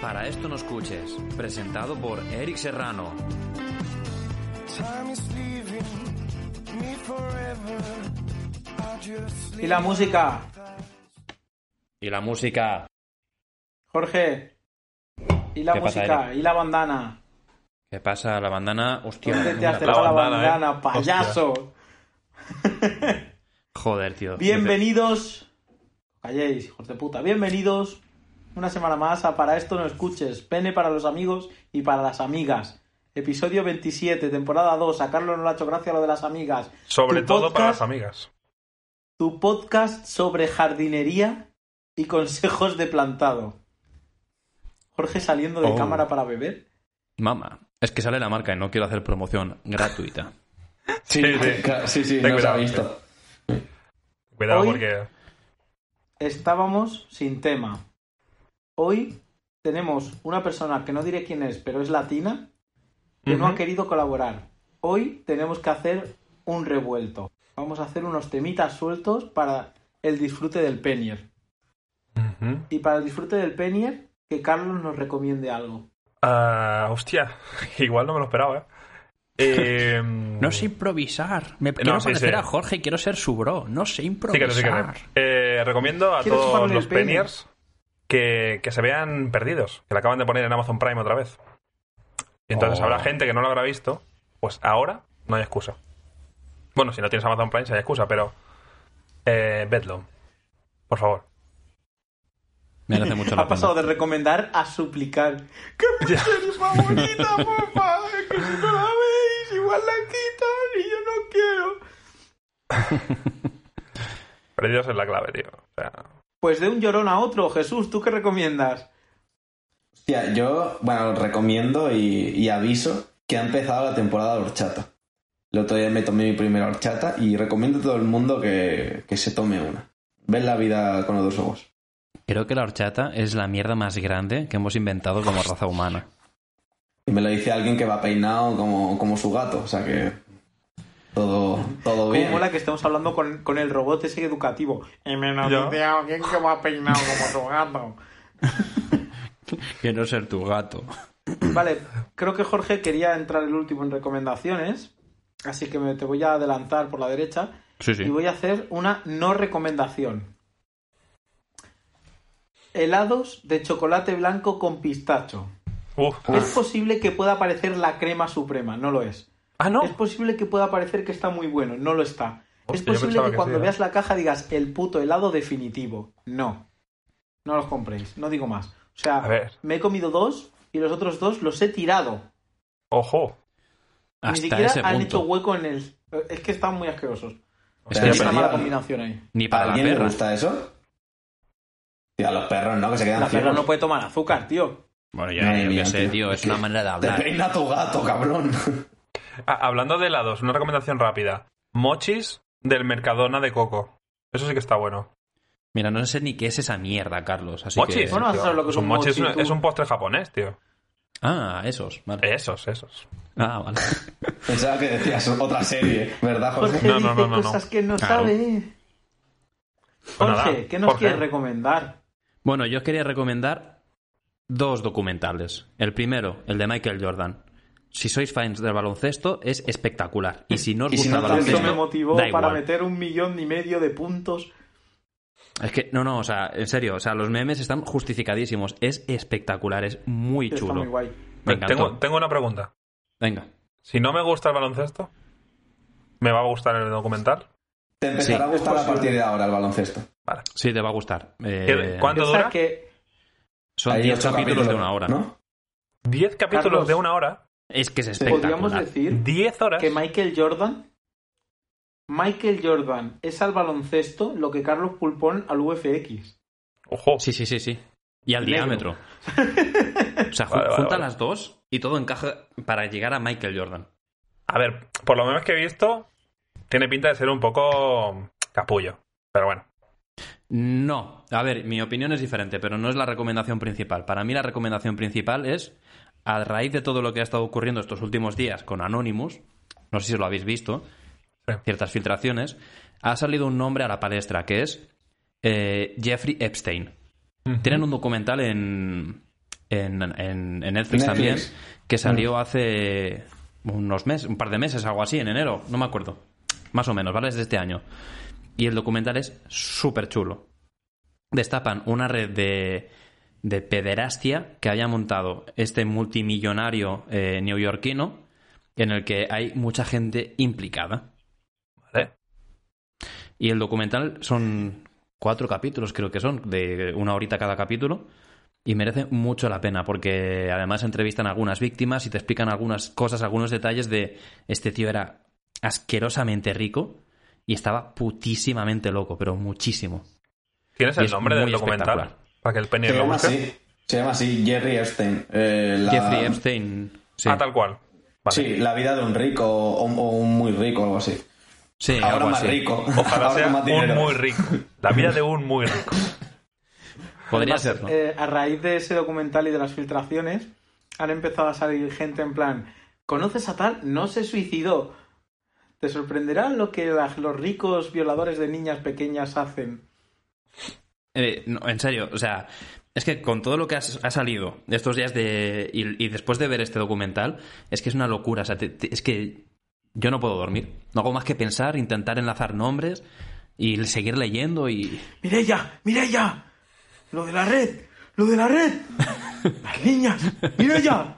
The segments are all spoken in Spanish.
Para esto no escuches, presentado por Eric Serrano. Y la música, Y la música. Jorge. Y la ¿Qué pasa, música, Eric? y la bandana. ¿Qué pasa? La bandana, hostia. ¿Dónde te una- has dejado la bandana, bandana, eh? payaso? Joder, tío. Bienvenidos. Calléis, hijos de puta. Bienvenidos una semana más a Para esto no escuches. Pene para los amigos y para las amigas. Episodio 27, temporada 2. A Carlos no le ha hecho gracia lo de las amigas. Sobre Tu todo para podcast- las amigas. Tu podcast sobre jardinería y consejos de plantado. Jorge saliendo de Oh. cámara para beber. Mamá, es que sale la marca y no quiero hacer promoción gratuita. Sí, Sí, sí. sí, ca- sí, sí, Ten no se ha cuidado. visto. Cuidado Hoy- porque estábamos sin tema. Hoy tenemos una persona que no diré quién es, pero es latina, que no Ujú. ha querido colaborar. Hoy tenemos que hacer un revuelto. Vamos a hacer unos temitas sueltos para el disfrute del penier. Ujú. Y para el disfrute del penier, que Carlos nos recomiende algo. Ah, hostia, igual no me lo esperaba, ¿eh? Eh, No sé improvisar. Me quiero sí, parecer sí. a Jorge, y quiero ser su bro. No sé sí que no, improvisar. sí que no. Eh, recomiendo a Quiero todos chuparle los el pene. peniers que, que se vean perdidos, que la acaban de poner en Amazon Prime otra vez. Y entonces Oh. habrá gente que no lo habrá visto, pues ahora no hay excusa. Bueno, si no tienes Amazon Prime, sí hay excusa, pero. Eh, vedlo, por favor. Me hace mucho la Ha pena. pasado de recomendar a suplicar. ¡Qué series más bonita, papá! ¡Que si no la veis, igual la quitan y yo no quiero! Perdidos es la clave, tío. O sea, Pues de un llorón a otro, Jesús, ¿tú qué recomiendas? Hostia, yo, bueno, recomiendo y, y aviso que ha empezado la temporada de horchata. El otro día me tomé mi primera horchata y recomiendo a todo el mundo que, que se tome una. Ves la vida con los dos ojos. Creo que la horchata es la mierda más grande que hemos inventado como raza humana. Y me lo dice alguien que va peinado como, como su gato, o sea que todo, todo Como bien. mola que estamos hablando con, con el robot ese educativo. Y me Ya. noté a alguien que va peinado como tu gato. Quiero ser tu gato. Vale, creo que Jorge quería entrar el último en recomendaciones. Así que me, te voy a adelantar por la derecha. Sí, sí. Y voy a hacer una no recomendación. Helados de chocolate blanco con pistacho. uf. Es posible que pueda parecer la crema suprema, no lo es. Ah, no. Es posible que pueda parecer que está muy bueno, no lo está. es Hostia, yo posible pensaba que, que cuando sí, ¿eh? veas la caja digas el puto helado definitivo. No. No los compréis, no digo más. O sea, A ver. me he comido dos y los otros dos los he tirado. Ojo. Ni Hasta siquiera ese han hecho punto. hueco en el. Es que están muy asquerosos. Es Pero que Es una perdí- mala combinación ahí. Ni ¿A para la alguien le perra. gusta eso? Tío, a los perros, ¿no? Que se quedan La perra ciegos. no puede tomar azúcar, tío. Bueno, Madre ya, yo mía, qué sé, tío. tío. Es ¿Qué? una manera de Te hablar. peina tu gato, cabrón. Ah, hablando de helados, una recomendación rápida. Mochis del Mercadona de Coco. Eso sí que está bueno. Mira, no sé ni qué es esa mierda, Carlos. Así mochis. que... Bueno, tío. ¿sabes lo que es un mochi? mochi, Es un, tú? es un postre japonés, tío. Ah, esos. Vale. Esos, esos. Ah, vale. Pensaba que decías otra serie, ¿verdad, Jorge? Jorge No, dice no, no, no, no. cosas que no Claro. sabe. Pues Jorge, nada, ¿qué nos Jorge. quieres recomendar? Bueno, yo os quería recomendar dos documentales. El primero, el de Michael Jordan. Si sois fans del baloncesto, es espectacular. Y si no os Y si gusta no, el baloncesto, Eso también. me motivó da para igual. meter un millón y medio de puntos. Es que, no, no, o sea, en serio, o sea, los memes están justificadísimos. Es espectacular, es muy Está chulo. muy guay. Me encantó. Tengo, tengo una pregunta. Venga. Si no me gusta el baloncesto, ¿me va a gustar el documental? Te empezará Sí. a gustar Es a posible. partir de ahora el baloncesto. Vale. Sí, te va a gustar. Eh, ¿Qué- ¿Cuánto Piensa dura? que son Hay 10 ocho capítulos, de una hora. ¿no? 10 capítulos Carlos. de una hora. Es que es podríamos espectacular. decir 10 horas. que Michael Jordan Michael Jordan es al baloncesto lo que Carlos Pulpón al UFX. Ojo. Sí, sí, sí, sí. Y al Negro. diámetro. O sea, ju- Vale, vale, junta vale. las dos y todo encaja para llegar a Michael Jordan. A ver, por lo menos que he visto, tiene pinta de ser un poco capullo. Pero bueno. No, a ver, mi opinión es diferente, pero no es la recomendación principal. Para mí la recomendación principal es, a raíz de todo lo que ha estado ocurriendo estos últimos días con Anonymous, no sé si lo habéis visto, Sí. ciertas filtraciones, ha salido un nombre a la palestra que es eh, Jeffrey Epstein. Tienen un documental en, en, en- en Netflix, Netflix. también, que salió hace unos meses, un par de meses, algo así, en enero, no me acuerdo. Más o menos, ¿vale? Es de este año. Y el documental es súper chulo. Destapan una red de, de pederastia que había montado este multimillonario eh, neoyorquino en el que hay mucha gente implicada. ¿Vale? Y el documental son cuatro capítulos, creo que son, de una horita cada capítulo. Y merece mucho la pena, porque además entrevistan a algunas víctimas y te explican algunas cosas, algunos detalles de este tío era asquerosamente rico y estaba putísimamente loco, pero muchísimo. ¿Tienes Y el es nombre del muy documental? espectacular. Para que el Penny Se lo llama busque. así. Se llama así Jerry Epstein. Eh, la- Jeffrey Epstein. Sí, Ah, tal cual. Vale. Sí, la vida de un rico o, o un muy rico, algo así. sí, Ahora algo más así. rico. Ojalá Ahora sea con más un dinero. muy rico. La vida de un muy rico. Podría Además, ser, ¿no? eh, a raíz de ese documental y de las filtraciones, han empezado a salir gente en plan, ¿conoces a tal? No se suicidó. Te sorprenderá lo que la- los ricos violadores de niñas pequeñas hacen. Eh, no, en serio, o sea, es que con todo lo que has- ha salido estos días de y, y después de ver este documental, es que es una locura, o sea, te- te- es que yo no puedo dormir. No hago más que pensar, intentar enlazar nombres y seguir leyendo y... Mirella, Mirella, lo de la red, lo de la red, las niñas, Mirella.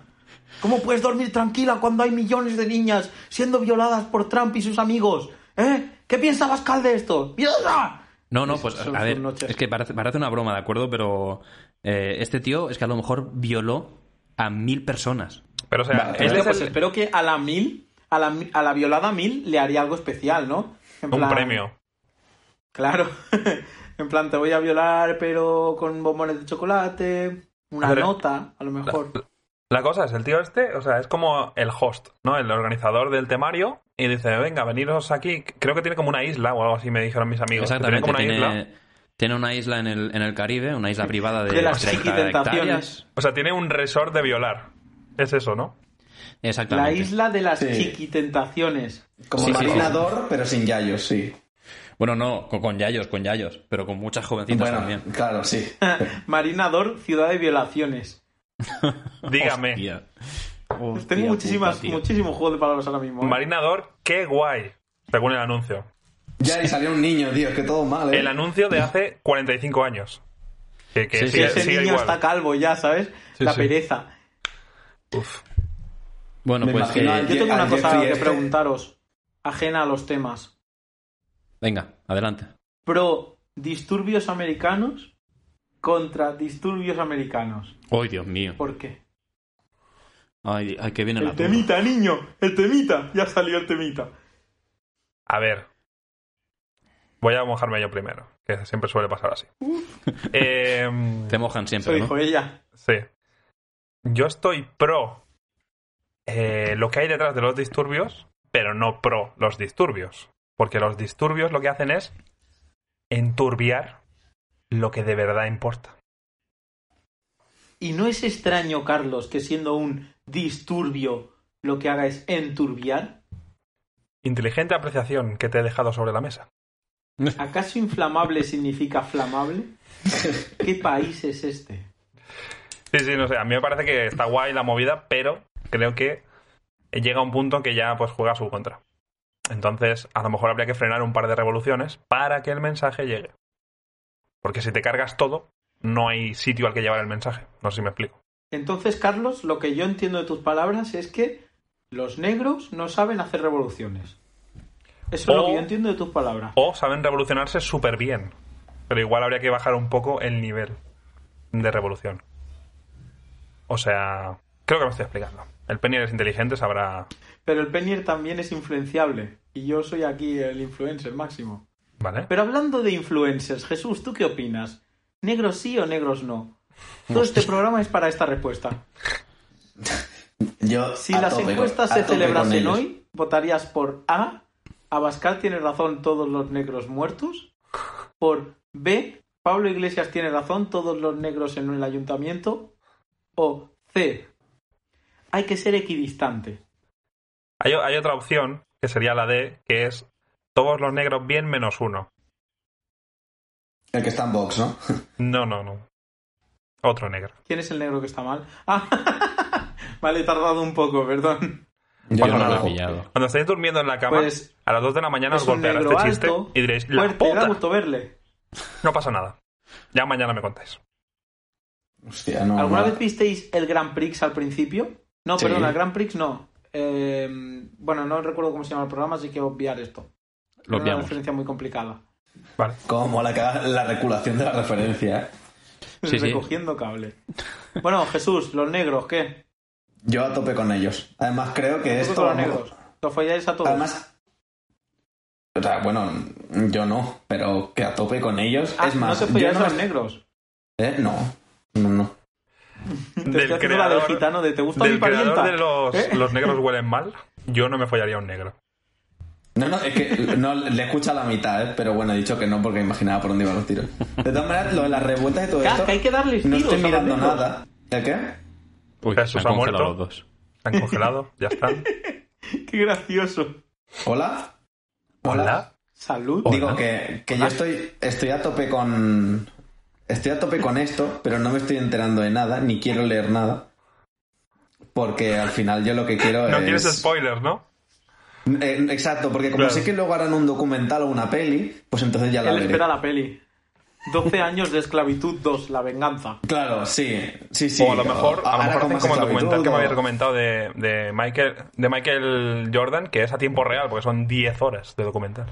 ¿Cómo puedes dormir tranquila cuando hay millones de niñas siendo violadas por Trump y sus amigos? ¿Eh? ¿Qué piensa Pascal de esto? ¡Mirella! No, no, Es- pues son a sus ver, noches. es que parece, parece una broma, ¿de acuerdo? Pero eh, este tío es que a lo mejor violó a mil personas. Pero o sea, este Vale, Este él Hostia, es pues el- espero que a la mil, a la, mi- a la violada mil, le haría algo especial, ¿no? En un plan, premio. Claro. en plan, te voy a violar, pero con bombones de chocolate, una Pero- nota, a lo mejor. La cosa es, el tío este, o sea, es como el host, ¿no? El organizador del temario. Y dice, venga, veniros aquí. Creo que tiene como una isla o algo así, me dijeron mis amigos. que Exactamente, Tiene como una isla. tiene, tiene una isla en el, en el Caribe, una isla privada de, De las 30 psiquitentaciones. hectáreas. O sea, tiene un resort de violar. Es eso, ¿no? Exactamente. La isla de las Sí. chiquitentaciones. Como Sí, sí, sí. marinador, pero sin yayos, sí. Bueno, no, con, con Yayos, con Yayos, pero con muchas jovencitas bueno, también. claro, sí. Marinador, ciudad de violaciones. Pues Dígame. Hostia. Tengo Hostia muchísimas, puta, tío. muchísimos juegos de palabras ahora mismo. ¿eh? Marinador, qué guay. Según el anuncio. Ya y salió un niño, tío, que todo mal, ¿eh? El anuncio de hace 45 años. Que, que Sí, sí, Que sigue, ese sigue niño igual. está calvo ya, ¿sabes? Sí, la sí. pereza. Uf. Bueno, Me pues imagino que- al- Yo tengo Al una cosa Jeffrey que este. preguntaros, ajena a los temas. Venga, adelante. pro disturbios americanos contra disturbios americanos. Ay, Dios mío. ¿Por qué? Ay, ay, que viene la El turba. temita, niño, el temita, ya salió el temita. A ver. Voy a mojarme yo primero, que siempre suele pasar así. Em, Te mojan Eso siempre, ¿no? dijo ella. sí. Yo estoy pro eh, lo que hay detrás de los disturbios, pero no pro los disturbios. Porque los disturbios lo que hacen es enturbiar lo que de verdad importa. Y no es extraño, Carlos, que siendo un disturbio lo que haga es enturbiar. Inteligente apreciación que te he dejado sobre la mesa. ¿Acaso inflamable significa flamable? ¿Qué país es este? Sí, sí, no sé. A mí me parece que está guay la movida, pero creo que llega un punto que ya pues juega a su contra. Entonces, a lo mejor habría que frenar un par de revoluciones para que el mensaje llegue. Porque si te cargas todo, no hay sitio al que llevar el mensaje. No sé si me explico. Entonces, Carlos, lo que yo entiendo de tus palabras es que los negros no saben hacer revoluciones. Eso es lo O- que yo entiendo de tus palabras. O saben revolucionarse súper bien. Pero igual habría que bajar un poco el nivel de revolución. O sea, creo que me estoy explicando. El Penny es inteligente, sabrá... Pero el Penier también es influenciable. Y yo soy aquí el influencer máximo. ¿Vale? Pero hablando de influencers, Jesús, ¿tú qué opinas? ¿Negros sí o negros no? Todo este programa es para esta respuesta. Yo, Si a las tope con- encuestas a se tope con celebrasen ellos. hoy, votarías por A. Abascal tiene razón, todos los negros muertos. Por B. Pablo Iglesias tiene razón, todos los negros en el ayuntamiento. O C. Hay que ser equidistante. Hay, hay otra opción, que sería la D, que es todos los negros bien menos uno. El que está en box, ¿no? No, no, no. Otro negro. ¿Quién es el negro que está mal? Ah, vale, he tardado un poco, perdón. Yo no no lo lo he hago. pillado. Cuando estéis durmiendo en la cama, Pues, a las 2 de la mañana os es un golpeará negro este chiste alto, y diréis, la Fuerte, da puta, gusto verle. no pasa nada. Ya mañana me contáis. Hostia, no. ¿Alguna no. vez visteis el Grand Prix al principio? No, Sí. perdón, el Grand Prix no. Eh, bueno, no recuerdo cómo se llama el programa, así que obviar esto. Lo Era una obviamos. referencia muy complicada. Vale. Como la, caga- la reculación de la referencia. ¿eh? Sí, sí. Recogiendo cable. Bueno, Jesús, los negros, ¿qué? Yo a tope con ellos. Además, creo que ¿Qué esto. con los negros? ¿Los folláis a todos? Además. O sea, bueno, yo no, pero que a tope con ellos. Ah, es más, ¿no te yo folláis no, a los negros? eh, no, no, no. Te estoy haciendo la del gitano de, ¿te gusta mi del creador parienta? de los, ¿Eh? los negros huelen mal, yo no me follaría a un negro. No, no, es que no, le escucha la mitad, ¿eh? pero bueno, he dicho que no porque imaginaba por dónde iban los tiros. De todas maneras, lo de las revueltas y todo Ca- esto, que hay que darles no tiros estoy a los mirando negros. nada. ¿El qué? Uy, Jesús se han ha congelado muerto. los dos. Están congelados, ya están. Qué gracioso. ¿Hola? Hola. Salud. Digo que, que yo estoy, estoy a tope con. Estoy a tope con esto, pero no me estoy enterando de nada, ni quiero leer nada. Porque al final yo lo que quiero No es. quieres spoilers, ¿no? Eh, exacto, porque como Claro. sé que luego harán un documental o una peli, pues entonces ya la Él veré. espera la peli. 12 años de esclavitud 2, la venganza. Claro, sí, sí, sí. o a lo mejor, a lo Ahora mejor con este hacen más como el esclavitud, documental que me o- habéis recomendado de, de Michael, de Michael Jordan, que es a tiempo real, porque son 10 horas de documental.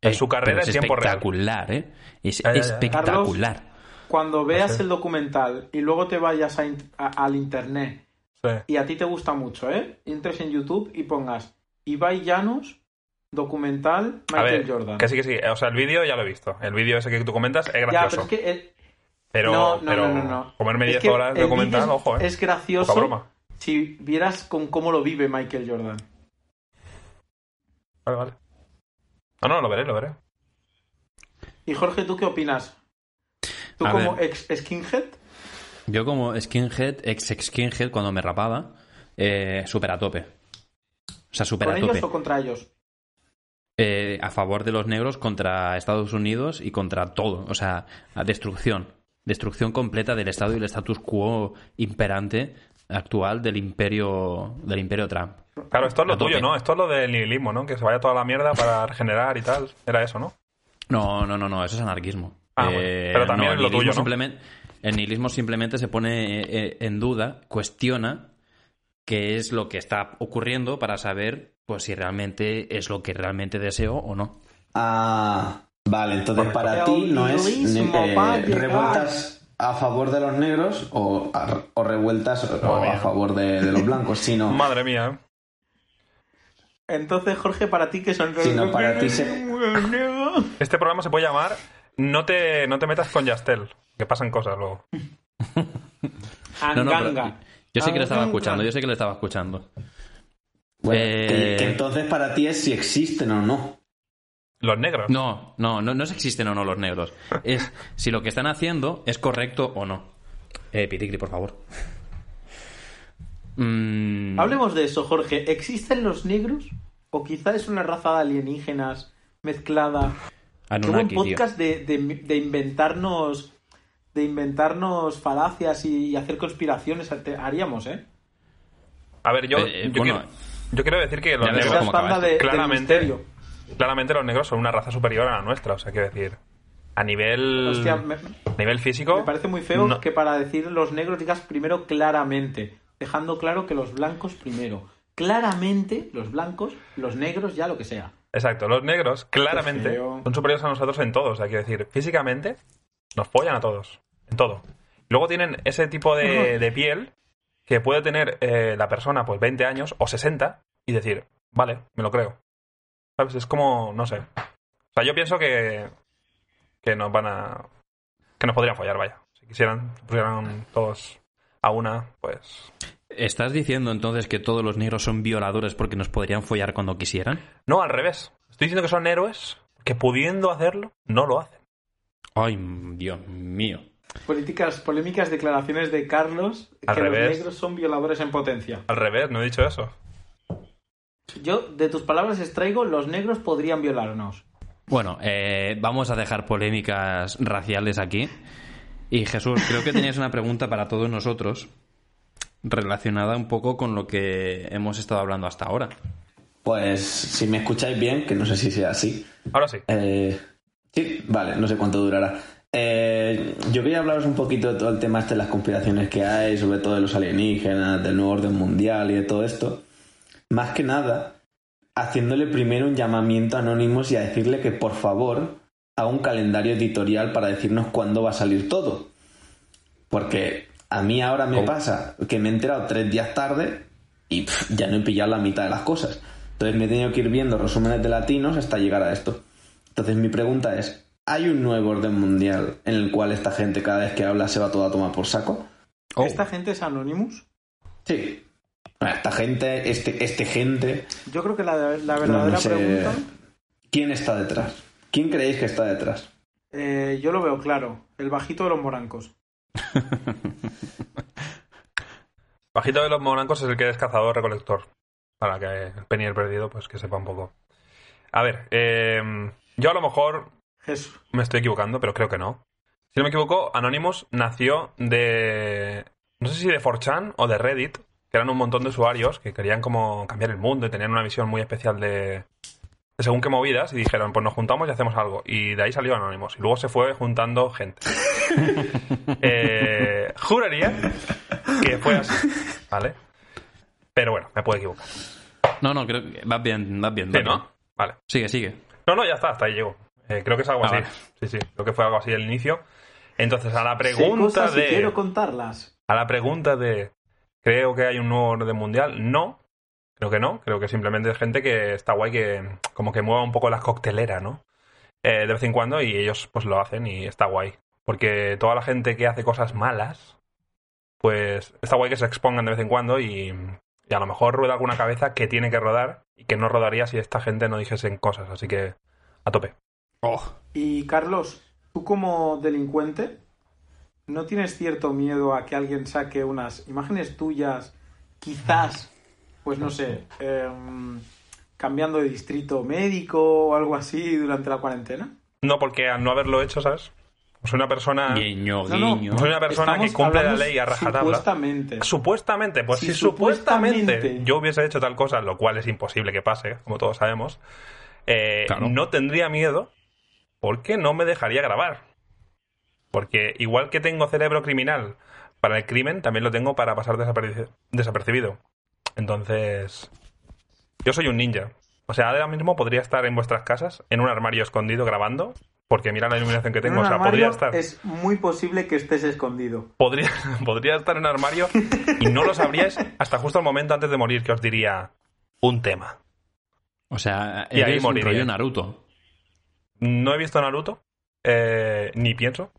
En su carrera Eh, pero es en tiempo real. espectacular, ¿eh? Es Ya, ya, ya. espectacular. Cuando veas Ese. el documental y luego te vayas a in- a- al internet Sí. y a ti te gusta mucho, ¿eh? Entres en YouTube y pongas Ibai Llanos, documental A Michael ver, Jordan. que sí, que sí. O sea, el vídeo ya lo he visto. El vídeo ese que tú comentas es ya, gracioso. pero es que eh, Pero, no, no, pero no, no, no. comerme Es 10 que horas de el documental, vídeo es- ojo, eh. Es gracioso Poca broma. si vieras con cómo lo vive Michael Jordan. Vale, vale. No, no, lo veré, lo veré. Y Jorge, ¿tú qué opinas? ¿Tú A como ver. ex skinhead? Yo como skinhead, ex-skinhead, cuando me rapaba, eh, súper a tope. O sea, súper ¿Con a ellos tope. o contra ellos? Eh, a favor de los negros contra Estados Unidos y contra todo. O sea, a destrucción. Destrucción completa del Estado y el status quo imperante actual del imperio del imperio Trump. Claro, esto es A lo tope. tuyo, ¿no? Esto es lo del nihilismo, ¿no? Que se vaya toda la mierda para regenerar y tal. Era eso, ¿no? No, no, no, no, eso es anarquismo. Eh, Ah, bueno, pero también no, es el lo nihilismo tuyo, ¿no? simplemente- el nihilismo simplemente se pone eh, en duda, cuestiona qué es lo que está ocurriendo para saber pues si realmente es lo que realmente deseo o no. Ah, vale, entonces para El ti no es nihilismo eh, va a llegar. revueltas a favor de los negros o, a- o revueltas o mía. a favor de, de los blancos, sino, Madre mía, ¿eh? Entonces, Jorge, ¿para ti qué son Sí, no, para ti se- Este programa se puede llamar No te, no te metas con Yastel, que pasan cosas luego. No, no, pero- Anganga. yo sé que le estaba Anganga. escuchando, yo sé que le estaba escuchando. bueno, Eh. que, que entonces para ti es si existen o no. Los negros. No, no, no, no es existen o no los negros. Es si lo que están haciendo es correcto o no. Eh, Piticri, por favor. Mm, Hablemos de eso, Jorge. ¿Existen los negros? ¿O quizá es una raza de alienígenas mezclada? Qué buen Anunnaki, tío. podcast de, de- de inventarnos de inventarnos falacias y, y hacer conspiraciones te- haríamos, ¿eh? A ver, yo, Eh, eh, yo, bueno. quiero, yo quiero decir que los Ya verás negros, cómo acaba banda esto. de, del Claramente. misterio. claramente los negros son una raza superior a la nuestra, o sea, quiero decir, a nivel, Hostia, me, a nivel físico... me parece muy feo no. que para decir los negros digas primero claramente, dejando claro que los blancos primero. Claramente, los blancos, los negros, ya lo que sea. Exacto, los negros claramente feo. son superiores a nosotros en todo, o sea, quiero decir, físicamente nos follan a todos, en todo. Luego tienen ese tipo de, de piel que puede tener eh, la persona pues 20 años o 60 y decir, vale, me lo creo. ¿Sabes? Es como, no sé. O sea, yo pienso que, que nos van a... que nos podrían follar, vaya. Si quisieran, si pusieran todos a una, pues... ¿Estás diciendo entonces que todos los negros son violadores porque nos podrían follar cuando quisieran? No, al revés. Estoy diciendo que son héroes que pudiendo hacerlo, no lo hacen. Ay, m- Dios mío. Políticas, polémicas declaraciones de Carlos Al que los revés. negros son violadores en potencia. Al revés, no he dicho eso. Yo, de tus palabras, extraigo los negros podrían violarnos. Bueno, eh, vamos a dejar polémicas raciales aquí. Y Jesús, creo que tenías una pregunta para todos nosotros relacionada un poco con lo que hemos estado hablando hasta ahora. Pues si me escucháis bien, que no sé si sea así. Ahora sí. Eh, sí, vale, no sé cuánto durará. Eh, yo quería hablaros un poquito de todo el tema este de las conspiraciones que hay, sobre todo de los alienígenas, del nuevo orden mundial y de todo esto. Más que nada, haciéndole primero un llamamiento a Anonymous y a decirle que por favor haga un calendario editorial para decirnos cuándo va a salir todo. Porque a mí ahora me pasa que me he enterado tres días tarde y pff, ya no he pillado la mitad de las cosas. Entonces me he tenido que ir viendo resúmenes de latinos hasta llegar a esto. Entonces mi pregunta es, ¿hay un nuevo orden mundial en el cual esta gente cada vez que habla se va toda a tomar por saco? Oh, ¿Esta gente es Anonymous? Sí. Bueno, Esta gente, este, este gente, Yo creo que la, la No, no verdadera sé. pregunta, ¿quién está detrás? ¿Quién creéis que está detrás? eh, yo lo veo claro, el bajito de los morancos. Bajito de los morancos es el que es cazador recolector. Para que el Penny el perdido, pues que sepa un poco. A ver, eh, yo a lo mejor Jesús. me estoy equivocando, pero creo que no. Si no me equivoco, Anonymous nació de. No sé si de 4chan o de Reddit, que eran un montón de usuarios que querían como cambiar el mundo y tenían una visión muy especial de. de según qué movidas, y dijeron, pues nos juntamos y hacemos algo. Y de ahí salió Anonymous. Y luego se fue juntando gente. Eh, juraría que fue así, ¿vale? Pero bueno, me puedo equivocar. Sí, No, no, creo que vas bien, vas bien. vas bien. ¿no? Vale. Sigue, sigue. No, no, ya está, hasta ahí llego. Eh, creo que es algo Ah, así. vale. Sí, sí, creo que fue algo así del inicio. Entonces, a la Sé pregunta cosas y de. quiero contarlas. A la pregunta de. ¿Creo que hay un nuevo orden mundial? No. Creo que no. Creo que simplemente es gente que está guay que. Como que mueva un poco las cocteleras, ¿no? Eh, de vez en cuando y ellos pues lo hacen y está guay. Porque toda la gente que hace cosas malas. Pues está guay que se expongan de vez en cuando y. Y a lo mejor rueda alguna cabeza que tiene que rodar y que no rodaría si esta gente no dijesen cosas. Así que. A tope. Oh, Y Carlos, tú como delincuente, ¿no tienes cierto miedo a que alguien saque unas imágenes tuyas, quizás, pues no sé, em, cambiando de distrito médico o algo así durante la cuarentena? No, porque al no haberlo hecho, ¿sabes? Soy una persona. guiño, No, no. guiño. Soy una persona que Estamos cumple la hablando ley a rajatabla. Supuestamente. Supuestamente, pues Sí, si supuestamente, supuestamente. yo hubiese hecho tal cosa, lo cual es imposible que pase, como todos sabemos, eh, Claro. no tendría miedo porque no me dejaría grabar. Porque igual que tengo cerebro criminal para el crimen, también lo tengo para pasar desaperci- desapercibido. Entonces, yo soy un ninja. O sea, ahora mismo podría estar en vuestras casas, en un armario escondido grabando, porque mira la iluminación que En tengo. un o sea, armario podría estar Es muy posible que estés escondido. podría, podría estar en un armario y no lo sabríais hasta justo el momento antes de morir que os diría un tema. O sea, Y ahí eres un moriría. rollo Naruto. No he visto Naruto, eh, ni pienso,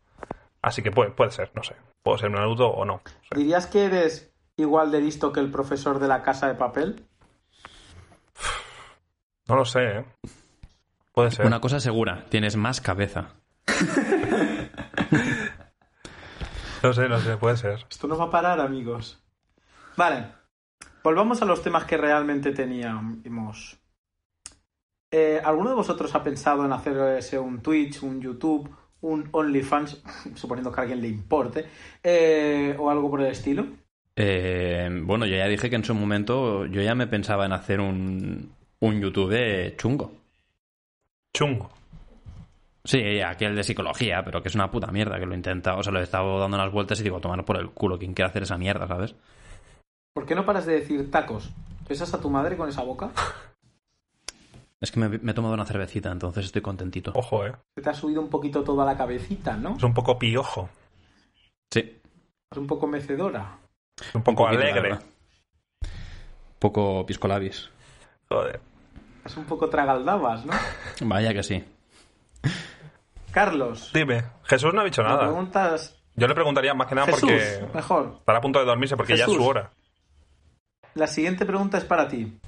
así que puede, puede ser, no sé. Puedo ser Naruto o no. no sé. ¿Dirías que eres igual de listo que el profesor de la casa de papel? No lo sé, ¿eh? Puede ser. Una cosa segura, tienes más cabeza. No sé, no sé, puede ser. Esto no va a parar, amigos. Vale. Volvamos a los temas que realmente teníamos. Eh, ¿Alguno de vosotros ha pensado en hacerse un Twitch, un YouTube, un OnlyFans, suponiendo que a alguien le importe, eh, o algo por el estilo? Eh, bueno, yo ya dije que en su momento yo ya me pensaba en hacer un, un YouTube chungo. Chungo. Sí, aquel de psicología, pero que es una puta mierda, que lo he intentado, o sea, lo he estado dando unas vueltas y digo, tomar por el culo, ¿quién quiere hacer esa mierda, sabes? ¿Por qué no paras de decir tacos? ¿Besas a tu madre con esa boca? Es que me, me he tomado una cervecita, entonces estoy contentito. Ojo, ¿eh? Se te ha subido un poquito toda la cabecita, ¿no? Es un poco piojo. Sí, Es un poco mecedora. Es un poco poquito, la alegre. verdad. Poco piscolabis. Joder. Es un poco tragaldabas, ¿no? Vaya que sí. Carlos, Dime, Jesús no ha dicho me nada. preguntas. Yo le preguntaría más que nada Jesús, porque mejor. estará a punto de dormirse porque ya es Jesús. su hora. La siguiente pregunta es para ti.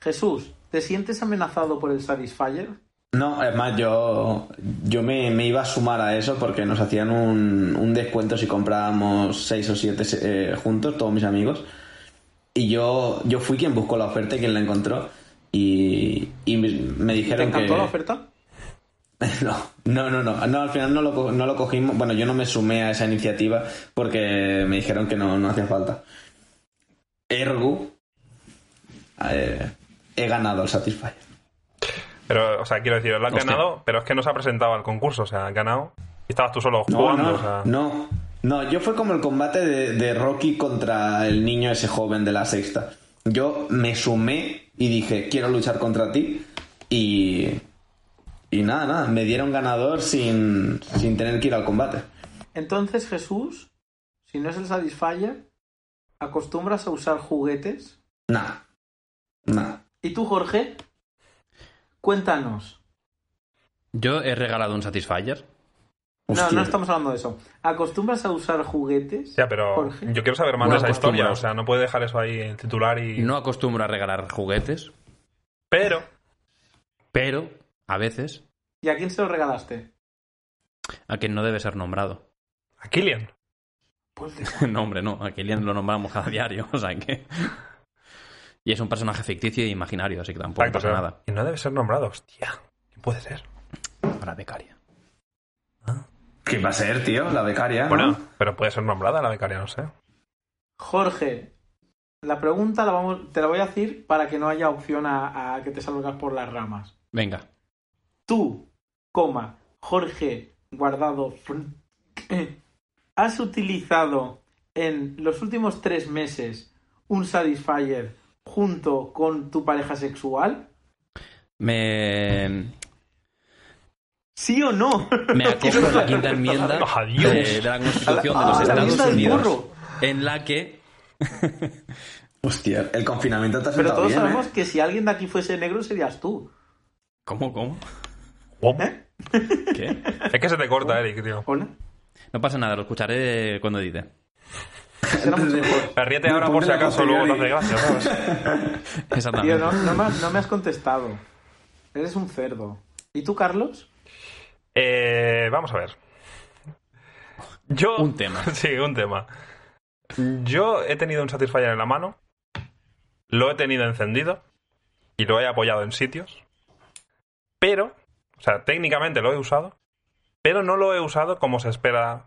Jesús, ¿te sientes amenazado por el Satisfyer? No, es más, yo, yo me, me iba a sumar a eso porque nos hacían un, un descuento si comprábamos seis o siete eh, juntos, todos mis amigos. Y yo, yo fui quien buscó la oferta y quien la encontró. Y, y me, me ¿Y ¿Te dijeron encantó que... la oferta? No, no, no, no, No, al final no lo, co- no lo cogimos. Bueno, yo no me sumé a esa iniciativa porque me dijeron que no, no hacía falta. Ergo, eh, he ganado el Satisfyer. Pero, o sea, quiero decir, lo has Hostia. ganado, pero es que no se ha presentado al concurso, o sea, has ganado y estabas tú solo No, jugando, no, o sea. no, no, yo fue como el combate de, de Rocky contra el niño ese joven de la sexta. Yo me sumé y dije, quiero luchar contra ti y... Y nada, nada, me dieron ganador sin, sin tener que ir al combate. Entonces Jesús, si no es el Satisfyer, acostumbras a usar juguetes. Nada, nada. ¿Y tú, Jorge? Cuéntanos. Yo he regalado un Satisfyer. No, Hostia. no estamos hablando de eso. ¿Acostumbras a usar juguetes? Ya, pero Jorge. yo quiero saber más de Buenas esa historia, o costumbres. sea, no puede dejar eso ahí en titular y... No acostumbro a regalar juguetes, Pero, pero a veces ¿Y a quién se lo regalaste? a quien no debe ser nombrado. a Killian. Pues de- no, hombre, no. A Killian lo nombramos a diario, o sea que... Y es un personaje ficticio e imaginario, así que tampoco Exacto, pasa o sea, nada. Y no debe ser nombrado, hostia. ¿Quién puede ser? Para becaria. ¿Qué va a ser, tío? La becaria. Ah, ¿no? Bueno, pero puede ser nombrada la becaria, no sé. Jorge, la pregunta la vamos, te la voy a decir para que no haya opción a, a que te salgas por las ramas. Venga. Tú, coma, Jorge Guardado, Fr- ¿has utilizado en los últimos tres meses un Satisfyer junto con tu pareja sexual? Me... ¿Sí o no? Me acojo a la quinta enmienda Adiós. de, de la Constitución de los Ah, la Estados enmienda del Unidos, burro. en la que Hostia, el confinamiento te ha Pero sentado todos bien, sabemos ¿eh? que si alguien de aquí fuese negro serías tú. ¿Cómo, cómo? Guau. ¿Eh? ¿Qué? Es que se te corta, Eric, tío. Hola. No pasa nada, lo escucharé cuando edite. Será mucho mejor. Pero ríete pues No, ahora por si ponme la acaso luego te hace posterior gracia, ¿sabes? Tío, Ah. Exactamente. no, no me has, no me has contestado. Eres un cerdo. ¿Y tú, Carlos? Eh, vamos a ver. Yo... Un tema. Sí, un tema. Yo he tenido un Satisfyer en la mano, lo he tenido encendido y lo he apoyado en sitios, pero, o sea, técnicamente lo he usado, pero no lo he usado como se espera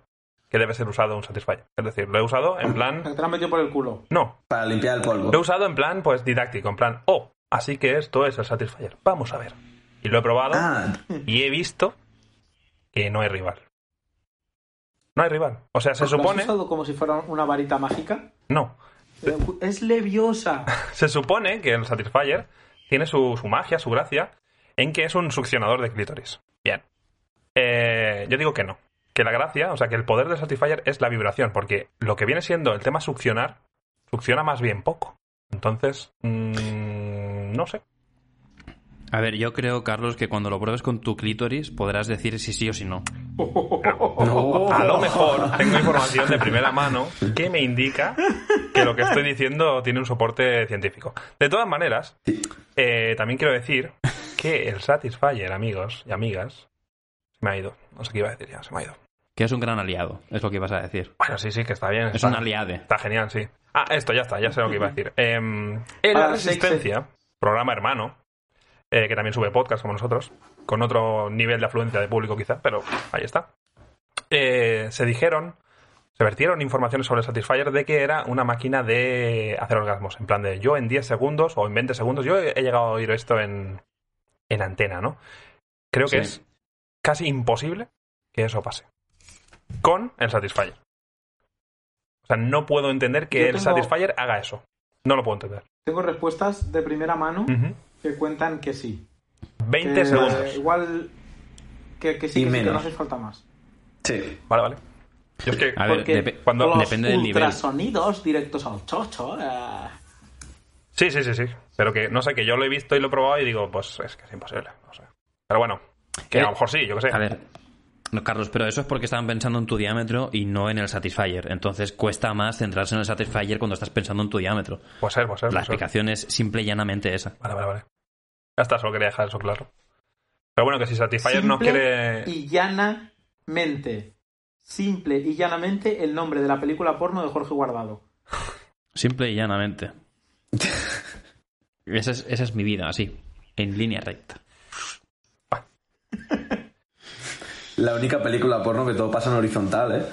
que debe ser usado un Satisfyer. Es decir, lo he usado en La plan... que te la han metido por el culo. No, Para limpiar el polvo. lo he usado en plan, pues, didáctico, en plan, oh, así que esto es el Satisfyer. Vamos a ver. Y lo he probado Ah, y he visto que no hay rival. No hay rival. O sea, se ¿Lo has supone... usado como si fuera una varita mágica? No, Eh, Es leviosa. Se supone que el Satisfyer tiene su, su magia, su gracia, en que es un succionador de clítoris. Bien. Eh, yo digo que no. Que la gracia, o sea, que el poder del Satisfyer es la vibración, porque lo que viene siendo el tema succionar, succiona más bien poco. Entonces, mm, no sé. A ver, yo creo, Carlos, que cuando lo pruebes con tu clítoris podrás decir si sí o si no. Oh, no. A lo mejor tengo información de primera mano que me indica que lo que estoy diciendo tiene un soporte científico. De todas maneras, eh, también quiero decir que el Satisfyer, amigos y amigas, se me ha ido. No sé qué iba a decir ya, se me ha ido. Que es un gran aliado, es lo que ibas a decir. Bueno, sí, sí, que está bien. Es Está, un aliade. está genial, sí. Ah, esto, ya está, ya sé lo que iba a decir. Em, en Para la el Resistencia, programa hermano, eh, que también sube podcast como nosotros, con otro nivel de afluencia de público quizá, pero ahí está. Eh, se dijeron, se vertieron informaciones sobre Satisfyer de que era una máquina de hacer orgasmos, en plan de yo en 10 segundos o en 20 segundos, yo he he llegado a oír esto en, en antena, ¿no? Creo que Sí. es casi imposible que eso pase. Con el Satisfyer. O sea, no puedo entender que Yo el tengo- Satisfyer haga eso. No lo puedo entender. Tengo respuestas de primera mano Mm. Ujú. que cuentan que sí. 20 Que, eh, segundos. Igual que, que Y sí, que, sí, que menos. no hace falta más. sí. Vale, vale. Yo es que A ver, Porque depe- cuando- los depende del nivel. ultrasonidos directos al chocho... eh, Sí, sí, sí, sí. Pero que, no sé, que yo lo he visto y lo he probado y digo, pues es que es imposible. No sé. Pero bueno, que Eh, a lo mejor sí, yo qué sé. A ver, no, Carlos, pero eso es porque estaban pensando en tu diámetro y no en el Satisfyer. Entonces cuesta más centrarse en el Satisfyer cuando estás pensando en tu diámetro. Puede ser, puede ser. La puede ser. explicación es simple y llanamente esa. Vale, vale, vale. Ya está, solo quería dejar eso claro. Pero bueno, que si Satisfyer no Simple Eh. quiere... y llanamente. Simple y llanamente el nombre de la película porno de Jorge Guardado. Simple y llanamente. esa, es, esa es mi vida, así, en línea recta. la única película porno que todo pasa en horizontal, ¿eh?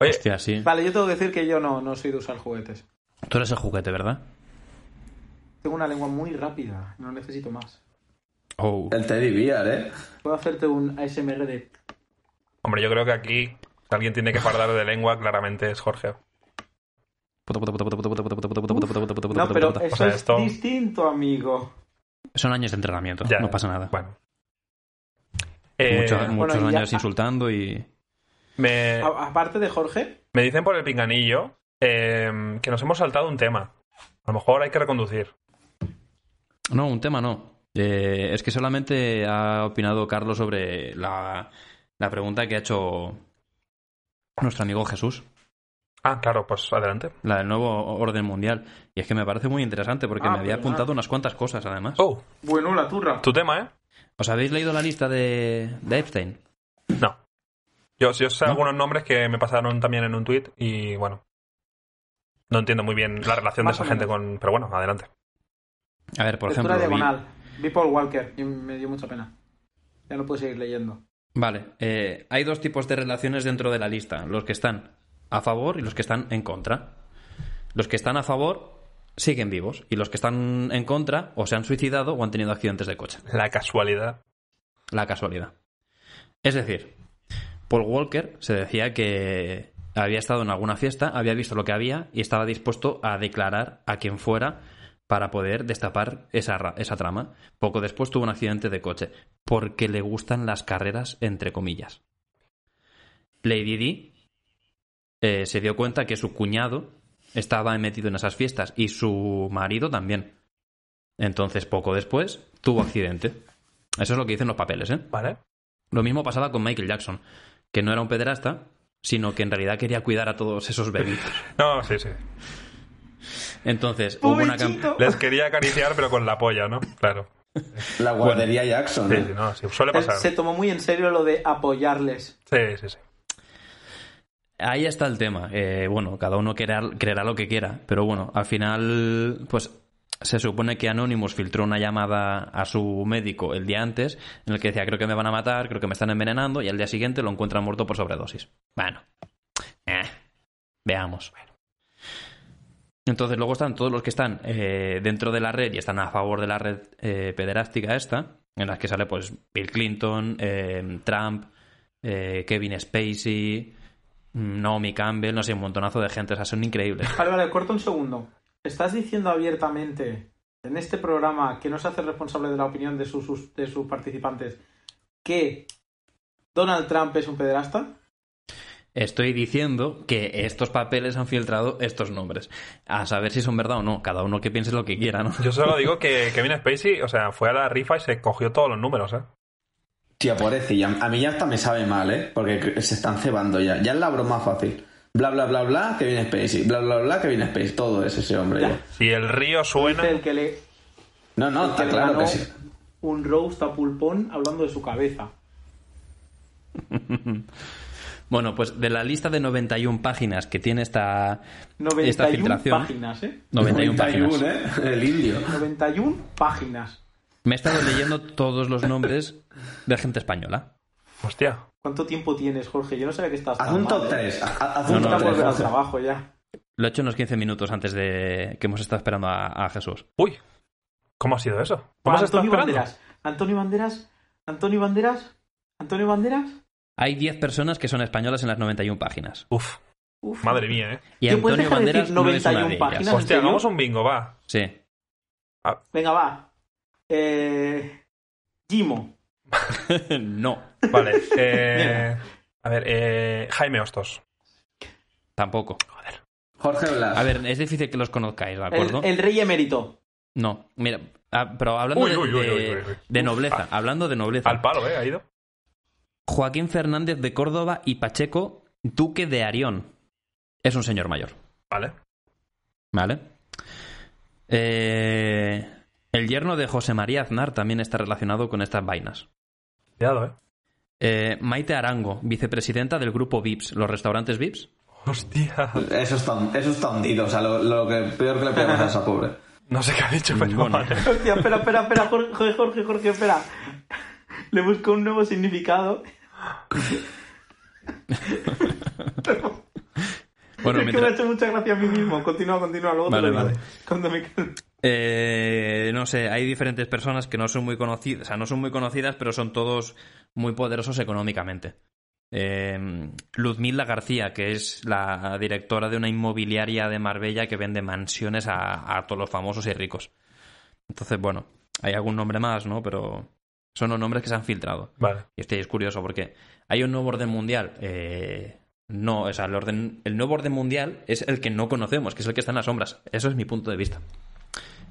Oye, Hostia, sí. Vale, yo tengo que decir que yo no, no soy de usar juguetes. Tú eres el juguete, ¿verdad? Tengo una lengua muy rápida, no necesito más. Oh. El Teddy Bear, ¿eh? Puedo hacerte un ASMR de... hombre, yo creo que aquí alguien tiene que fardar de lengua, claramente es Jorge. No, pero eso sea, es esto- distinto, amigo. Son años de entrenamiento, Ya. no pasa nada. Bueno. Eh, Mucho- muchos bueno, y ya- años insultando y... Eh. me, A- aparte de Jorge, me dicen por el pinganillo eh, que nos hemos saltado un tema. A lo mejor hay que reconducir. No, un tema no. Eh, es que solamente ha opinado Carlos sobre la, la pregunta que ha hecho nuestro amigo Jesús, Ah, claro, pues adelante. la del nuevo orden mundial. Y es que me parece muy interesante porque Ah, me había verdad. apuntado unas cuantas cosas además. Oh, bueno, la turra. tu tema, ¿eh? ¿Os habéis leído la lista de, de Epstein? No. Yo, yo sé ¿No? algunos nombres que me pasaron también en un tuit y bueno. No entiendo muy bien la relación de Más esa o gente menos. con. Pero bueno, adelante. A ver, por Lectura ejemplo. vi- diagonal. Vi Paul Walker y me dio mucha pena. Ya no puedo seguir leyendo. Vale, eh, hay dos tipos de relaciones dentro de la lista, los que están a favor y los que están en contra. Los que están a favor siguen vivos y los que están en contra o se han suicidado o han tenido accidentes de coche. La casualidad. La casualidad. Es decir, Paul Walker se decía que había estado en alguna fiesta, había visto lo que había y estaba dispuesto a declarar a quien fuera para poder destapar esa, ra- esa trama. Poco después tuvo un accidente de coche, porque le gustan las carreras, entre comillas. Lady Di eh, se dio cuenta que su cuñado estaba metido en esas fiestas y su marido también. Entonces, poco después, tuvo accidente. Eso es lo que dicen los papeles, ¿eh? ¿Vale? Lo mismo pasaba con Michael Jackson, que no era un pederasta, sino que en realidad quería cuidar a todos esos bebitos. No, sí, sí. Entonces, hubo una cam- Pobrecito. Les quería acariciar, pero con la polla, ¿no? Claro. La guardería Jackson, Sí, ¿eh? sí, no, sí. Suele Él pasar. Se tomó muy en serio lo de apoyarles. Sí, sí, sí. Ahí está el tema. Eh, bueno, cada uno creerá, creerá lo que quiera, pero bueno, al final, pues se supone que Anonymous filtró una llamada a su médico el día antes en el que decía, creo que me van a matar, creo que me están envenenando, y al día siguiente lo encuentran muerto por sobredosis. Bueno, eh, veamos. Entonces luego están todos los que están eh, dentro de la red y están a favor de la red eh, pederástica esta, en las que sale pues Bill Clinton, eh, Trump, eh, Kevin Spacey, Naomi Campbell, no sé, un montonazo de gente, o sea, son increíbles. Vale, vale, corta un segundo. ¿Estás diciendo abiertamente en este programa que no se hace responsable de la opinión de sus, sus- de sus participantes que Donald Trump es un pederasta? Estoy diciendo que estos papeles han filtrado estos nombres. A saber si son verdad o no, cada uno que piense lo que quiera, ¿no? Yo solo digo que Kevin Spacey, o sea, fue a la rifa y se cogió todos los números, ¿eh? Tía, parece. Y a, a mí ya hasta me sabe mal, ¿eh? Porque se están cebando ya. Ya es la broma fácil. Bla, bla, bla, bla, que viene Spacey. Bla, bla, bla, que viene Spacey. Todo es ese hombre Ya. ya. Si el río suena. El que le No, Ah, no, que está le claro ganó que sí. un roast a pulpón hablando de su cabeza. Bueno, pues de la lista de 91 páginas que tiene esta, esta 91 filtración. páginas, ¿eh? 91 páginas. ¿eh? El indio. 91 páginas. Me he estado leyendo todos los nombres de gente española. Hostia. ¿Cuánto tiempo tienes, Jorge? Yo no sabía que estás Haz tan un mal, top ¿eh? 3. Haz No, un no, Necesitas top tres, volver al 3. trabajo ya. Lo he hecho unos 15 minutos antes de que hemos estado esperando a, a Jesús. Uy. ¿Cómo ha sido eso? ¿Cómo se está Antonio esperando? Banderas. Antonio Banderas. Antonio Banderas. Antonio Banderas. Hay 10 personas que son españolas en las 91 páginas. Uf, Uf. madre mía, ¿eh? Y ¿Tío, puedes Antonio dejar de Banderas decir no es una 91 de ellas. páginas? Hostia, serio? hagamos un bingo, va. Sí. Venga, va. Eh... Gimo. no, Vale. eh, a ver, eh, Jaime Hostos. tampoco. Jorge Blas. A ver, es difícil que los conozcáis, ¿de acuerdo? El, el rey emérito. No, mira, ah, pero hablando Uy, de- uy, uy, de, uy, uy, uy. de nobleza, hablando de nobleza. Al palo, ¿eh? Ha ido. Joaquín Fernández de Córdoba y Pacheco, duque de Arión. Es un señor mayor, Vale. ¿vale? Eh, el yerno de José María Aznar también está relacionado con estas vainas. Cuidado, ¿eh? Eh, Maite Arango, vicepresidenta del grupo VIPS, los restaurantes VIPS. Hostia. Pues Eso está, eso está hundido. O sea, lo, lo que, peor que le podemos hacer a esa pobre. No sé qué ha dicho, pero Bueno. vale. Hostia, espera, espera, espera, Jorge, Jorge, Jorge, espera. Le busco un nuevo significado. Bueno, es mientras- que me ha hecho mucha gracia a mí mismo. Continúa, continúa, luego Vale, te lo digo. vale. Cuando me quede- Eh, no sé, hay diferentes personas que no son muy conocidas, o sea, no son muy conocidas, pero son todos muy poderosos económicamente. Eh, Luzmila García, que es la directora de una inmobiliaria de Marbella que vende mansiones a, a todos los famosos y ricos. Entonces, bueno, hay algún nombre más, ¿no? Pero son los nombres que se han filtrado. Vale. Y estoy es curioso porque hay un nuevo orden mundial. eh, no, o sea, el, orden, el nuevo orden mundial es el que no conocemos, que es el que está en las sombras. Eso es mi punto de vista.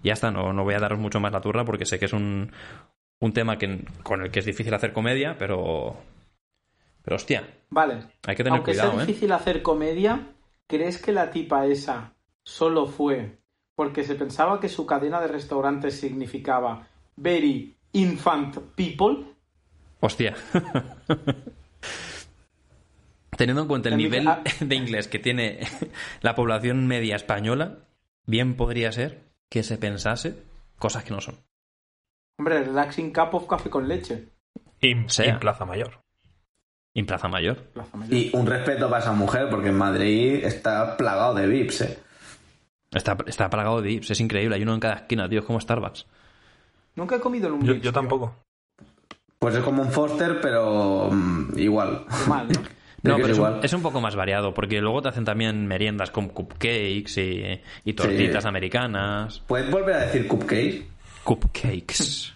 Ya está, no, no voy a daros mucho más la turra porque sé que es un, un tema que, con el que es difícil hacer comedia, pero. Pero hostia, Vale. hay que tener Aunque cuidado, sea ¿eh? difícil hacer comedia, ¿crees que la tipa esa solo fue porque se pensaba que su cadena de restaurantes significaba Very Infant People? Hostia. Teniendo en cuenta el En mi nivel ca- de inglés que tiene la población media española, bien podría ser que se pensase cosas que no son. Hombre, relaxing cup of café con leche. Y, Sea. y Plaza Mayor. En Plaza Mayor. Plaza Mayor. Y un respeto para esa mujer, porque en Madrid está plagado de VIPs, ¿eh? Está, está plagado de IPS, es increíble. Hay uno en cada esquina, tío, es como Starbucks. Nunca he comido en un Yo, Vips, yo tío. tampoco. Pues es como un Foster, pero mm, igual. Qué mal, ¿no? Creo No, que pero es es un, igual. es un poco más variado, porque luego te hacen también meriendas con cupcakes y, y tortitas Sí. americanas. ¿Puedes volver a decir cupcake? Cupcakes.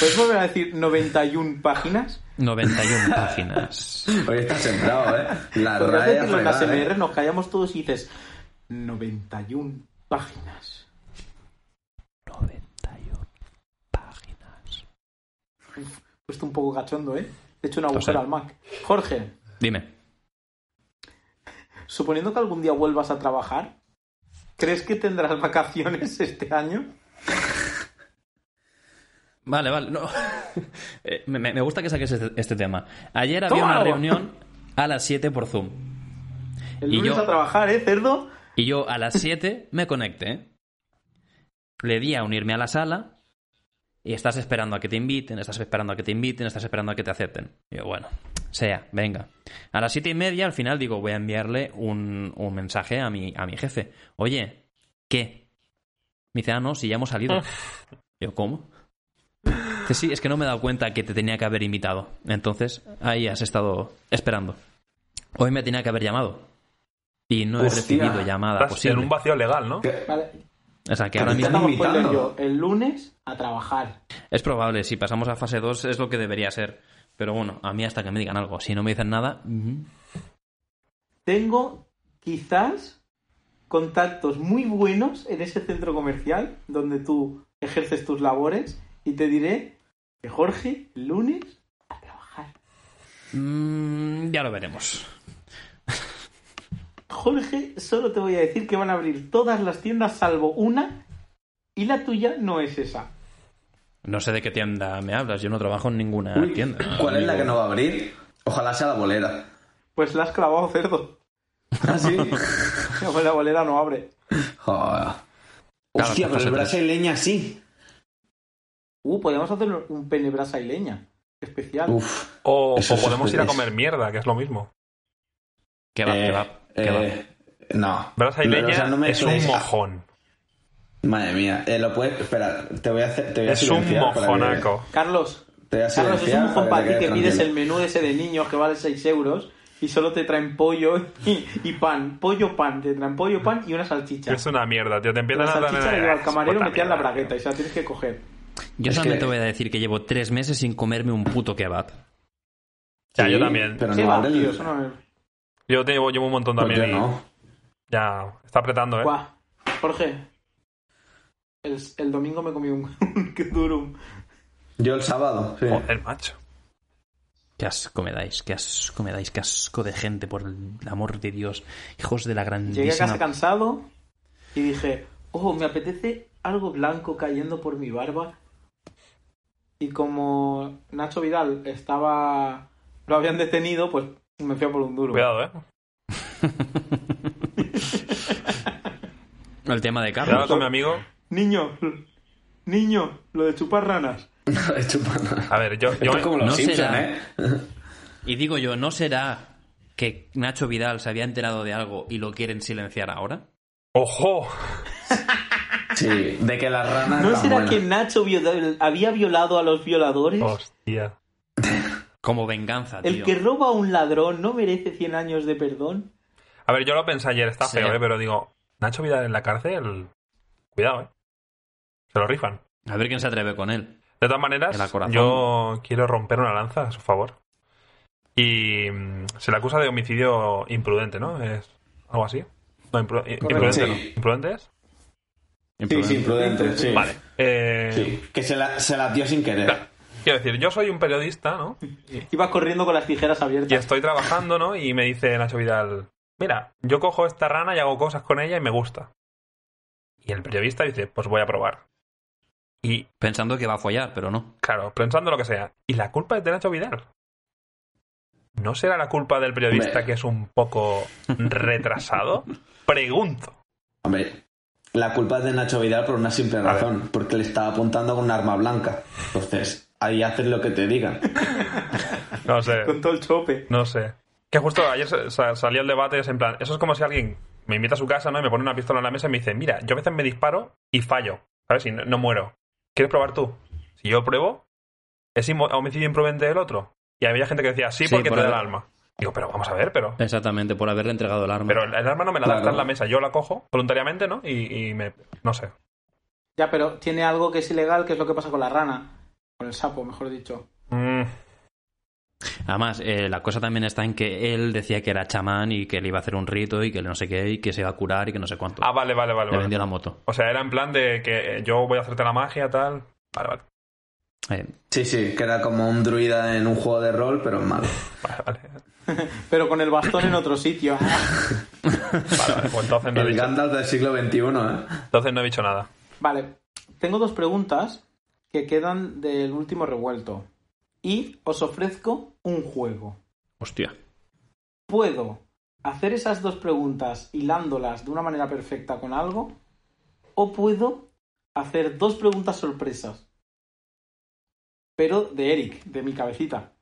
¿Puedes volver a decir 91 páginas? 91 páginas. Hoy está sembrado, ¿eh? La Podrías Pues raya decirlo en fregada, las ¿eh? MR, nos callamos todos y dices 91 páginas. 91 páginas. Puesto un poco cachondo, ¿eh? He hecho una Lo sé. agujero al Mac. Jorge, Dime. suponiendo que algún día vuelvas a trabajar, ¿crees que tendrás vacaciones este año? Vale, vale. No. Eh, me, me gusta que saques este, este tema. Ayer había una ¡Tómalo! reunión a las 7 por Zoom. El Y lunes yo- a trabajar, ¿eh, cerdo? Y yo a las 7 me conecté. Le di a unirme a la sala y estás esperando a que te inviten, estás esperando a que te inviten, estás esperando a que te acepten. Y yo, bueno, sea, venga. A las siete y media, al final, digo, voy a enviarle un, un mensaje a mi, a mi jefe. Oye, ¿qué? Me dice, ah, no, si ya hemos salido. yo, ¿cómo? Dice, sí, es que no me he dado cuenta que te tenía que haber invitado. Entonces, ahí has estado esperando. Hoy me tenía que haber llamado. Y no Hostia, he recibido llamada Estás en posible. un vacío legal, ¿no? Que- Vale, O sea, que ahora Pero mismo... están intentamos poner invitando. yo el lunes a trabajar. Es probable, si pasamos a fase 2 es lo que debería ser. Pero bueno, a mí hasta que me digan algo. Si no me dicen nada... mm. Tengo quizás contactos muy buenos en ese centro comercial donde tú ejerces tus labores y te diré que Jorge, el lunes a trabajar. Mm, ya lo veremos. Jorge, solo te voy a decir que van a abrir todas las tiendas salvo una y la tuya no es esa. No sé de qué tienda me hablas, yo no trabajo en ninguna Uy, tienda. ¿Cuál es la Ah, amigo. que no va a abrir? Ojalá sea la bolera. Pues la has clavado, cerdo. ¿Ah, sí? La abuela- abuela no abre. Joder. Hostia, pero fase tres. el brasileña sí. Uh, podríamos hacer un pene brasileña especial. Uf. O, Eso o es podemos ir a estupidez. comer mierda, que es lo mismo. ¿Qué va, Eh, qué va, qué va? eh, no. Brasileña No, o sea, no me es un des- mojón. Madre mía, eh, lo puedes. Espera, te voy a hacer. Te voy a Es un silenciar para que- mojonaco. Carlos, te voy Carlos, a es silenciar un mojón para para ti que te que quedes pides el tranquilo. menú ese de niños que vale 6 euros y solo te traen pollo y, y pan. Pollo, pan. Te traen pollo, pan y una salchicha. Es una mierda, tío. Te La empiezan a salchicha la lleva el Es camarero puta metida en la mierda, tío. bragueta y se la tienes que coger. Yo es solamente que- voy a decir que llevo tres meses sin comerme un puto kebab. Ya, Sí, yo también. Pero ¿Qué no va, abre tío? el. Eso no es- Yo te llevo, llevo un montón Pues también. yo y no. Ya, está apretando, ¿eh? Guau. Jorge, el, el domingo me comí un, un durum. Yo el sábado. sí. Joder, macho. Qué asco me dais, qué asco me dais, qué asco de gente, por el amor de Dios. Hijos de la grandísima... Llegué a casa cansado y dije, oh, me apetece algo blanco cayendo por mi barba. Y como Nacho Vidal estaba... lo habían detenido, pues me fui a por un duro. Cuidado, ¿eh? El tema de Cuidado Carlos. con mi amigo. Niño, niño, lo de chupar ranas. Chupando. A ver, yo, yo Esto es como los no Simpsons, será. ¿eh? Y digo yo, ¿no será que Nacho Vidal se había enterado de algo y lo quieren silenciar ahora? ¡Ojo! Sí, de que las ranas. ¿No eran será buenas. que Nacho viola- había violado a los violadores? Hostia. Como venganza, tío. El que roba a un ladrón no merece 100 años de perdón. A ver, yo lo pensé ayer, está Sí. feo, ¿eh? Pero digo, Nacho Vidal en la cárcel. Cuidado, ¿eh? Se lo rifan. A ver quién se atreve con él. De todas maneras, En la corazón. yo quiero romper una lanza a su favor. Y mm, se le acusa de homicidio imprudente, ¿no? Es algo así. No, impru- i- imprudente, sí. ¿no? ¿Imprudente es? Sí, sí, imprudente, sí. Vale. Eh, Sí, que se la, se la dio sin querer. Quiero decir, yo soy un periodista, ¿no? Ibas corriendo con las tijeras abiertas. Y estoy trabajando, ¿no? Y me dice Nacho Vidal, mira, yo cojo esta rana y hago cosas con ella y me gusta. Y el periodista dice, pues voy a probar. Y Pensando que va a follar, pero no. Claro, pensando lo que sea. ¿Y la culpa es de Nacho Vidal? ¿No será la culpa del periodista Hombre. que es un poco retrasado? Pregunto. Hombre, la culpa es de Nacho Vidal por una simple ver. razón, porque le estaba apuntando con un arma blanca. Entonces, ahí haces lo que te digan. No sé, Con todo el chope. no sé. Que justo ayer sa- sa- salió el debate, es en plan, eso es como si alguien me invita a su casa, ¿no? Y me pone una pistola en la mesa y me dice, mira, yo a veces me disparo y fallo, ¿sabes? Y no, no muero. ¿Quieres probar tú? Si yo pruebo, ¿es inmo- homicidio imprudente del otro? Y había gente que decía, sí, Sí, porque por Eh, te da el el- alma. Digo, pero vamos a ver, pero... Exactamente, por haberle entregado el arma. Pero el arma no me la da, Claro. está en la mesa. Yo la cojo voluntariamente, ¿no? Y, y me. No sé. Ya, pero tiene algo que es ilegal, que es lo que pasa con la rana. Con el sapo, mejor dicho. Mm, Además, eh, la cosa también está en que él decía que era chamán y que le iba a hacer un rito y que no sé qué y que se iba a curar y que no sé cuánto. Ah, vale, vale, vale. le vale. vendió la moto. O sea, era en plan de que eh, yo voy a hacerte la magia, tal. Vale, vale. Eh, Sí, sí, que era como un druida en un juego de rol, pero malo. Vale, vale. Pero con el bastón en otro sitio. Vale, vale. Pues entonces no, he El dicho, Gandalf del siglo XXI, ¿eh? entonces no he dicho nada. Vale, tengo dos preguntas que quedan del último revuelto. Y os ofrezco un juego. hostia. ¿Puedo hacer esas dos preguntas hilándolas de una manera perfecta con algo? ¿O puedo hacer dos preguntas sorpresas? Pero de Eric, de mi cabecita.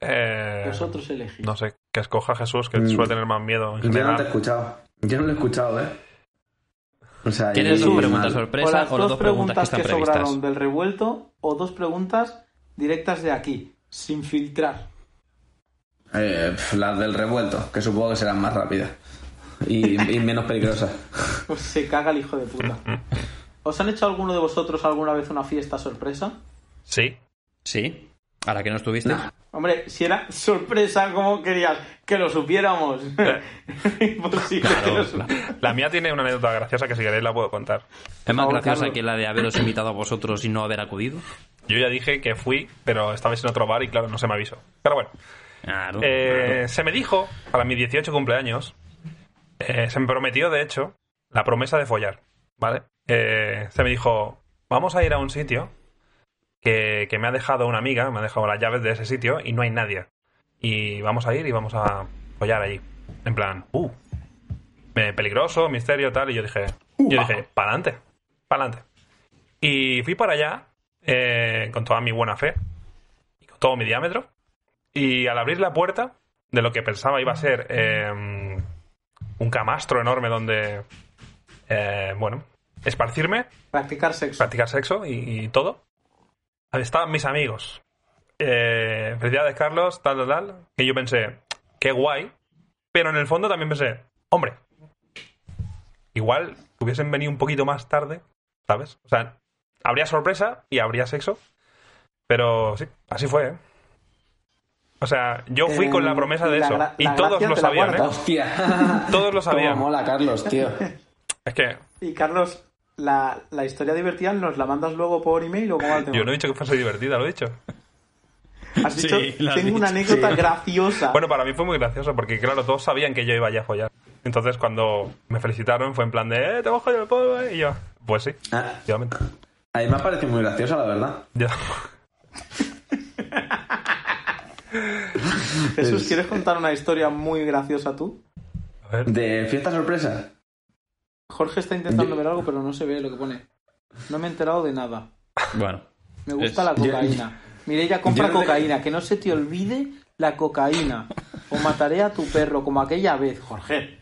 Eh, Vosotros elegís. no sé, que escoja Jesús, que Mm. suele tener más miedo en Yo no te he general. escuchado. Yo no lo he escuchado, ¿eh? O sea, ¿Quieres y- dos y preguntas mal. o sorpresa las o las dos, dos preguntas que preguntas están que, previstas? sobraron del revuelto o dos preguntas directas de aquí, sin filtrar. Eh, pf, las del revuelto, que supongo que serán más rápidas. Y, y menos peligrosas. Pues se caga el hijo de puta. ¿Os han hecho alguno de vosotros alguna vez una fiesta sorpresa? Sí. Sí. A la que no estuviste. No. Hombre, si era sorpresa, ¿cómo querías que lo supiéramos? Eh. Imposible que lo supiéramos. La mía tiene una anécdota graciosa que si queréis la puedo contar. Es más favor, graciosa Carlos. que la de haberos invitado a vosotros y no haber acudido. Yo ya dije que fui, pero estabais en otro bar y claro, no se me avisó. Pero bueno. Claro. Eh, se me dijo, para mis 18 cumpleaños, eh, se me prometió, de hecho, la promesa de follar, ¿vale? Eh, se me dijo, vamos a ir a un sitio que, que me ha dejado una amiga, me ha dejado las llaves de ese sitio y no hay nadie. Y vamos a ir y vamos a follar allí. En plan, uh, eh, peligroso, misterio, tal. Y yo dije, yo dije, para adelante, para adelante. Y fui para allá eh, con toda mi buena fe y con todo mi diámetro. Y al abrir la puerta de lo que pensaba iba a ser eh, un camastro enorme donde, eh, bueno, esparcirme, Practicar sexo. practicar sexo y, y todo, estaban mis amigos. Eh, felicidades, Carlos, tal, tal, tal. Que yo pensé, qué guay. Pero en el fondo también pensé, hombre, igual hubiesen venido un poquito más tarde, ¿sabes? O sea, habría sorpresa y habría sexo. Pero sí, así fue, ¿eh? O sea, yo fui con la Eh, promesa de la eso. gra- Y la todos gracia lo te la sabían, ¿eh? guardas. Hostia. Todos lo Cómo sabían. Oh, mola, Carlos, tío. Es que Y Carlos, la, la historia divertida nos la mandas luego por email o cómo va el tema? yo no he dicho que fuese divertida, lo he dicho. Has Sí, dicho, la has tengo una dicho, anécdota sí. graciosa. Bueno, para mí fue muy gracioso porque, claro, todos sabían que yo iba allá a follar. Entonces, cuando me felicitaron, fue en plan de, ¡eh, te hemos cogido el polvo! eh", Y yo, pues sí, Ah, efectivamente. A mí me ha parecido muy graciosa, la verdad. Yo- Jesús, ¿quieres contar una historia muy graciosa tú? a ver. ¿De fiesta sorpresa? Jorge está intentando ver algo, pero no se ve lo que pone. No me he enterado de nada. bueno. Me gusta Es- la yo- cocaína. Mireia, compra yo no le- cocaína. Que no se te olvide la cocaína o mataré a tu perro como aquella vez, Jorge.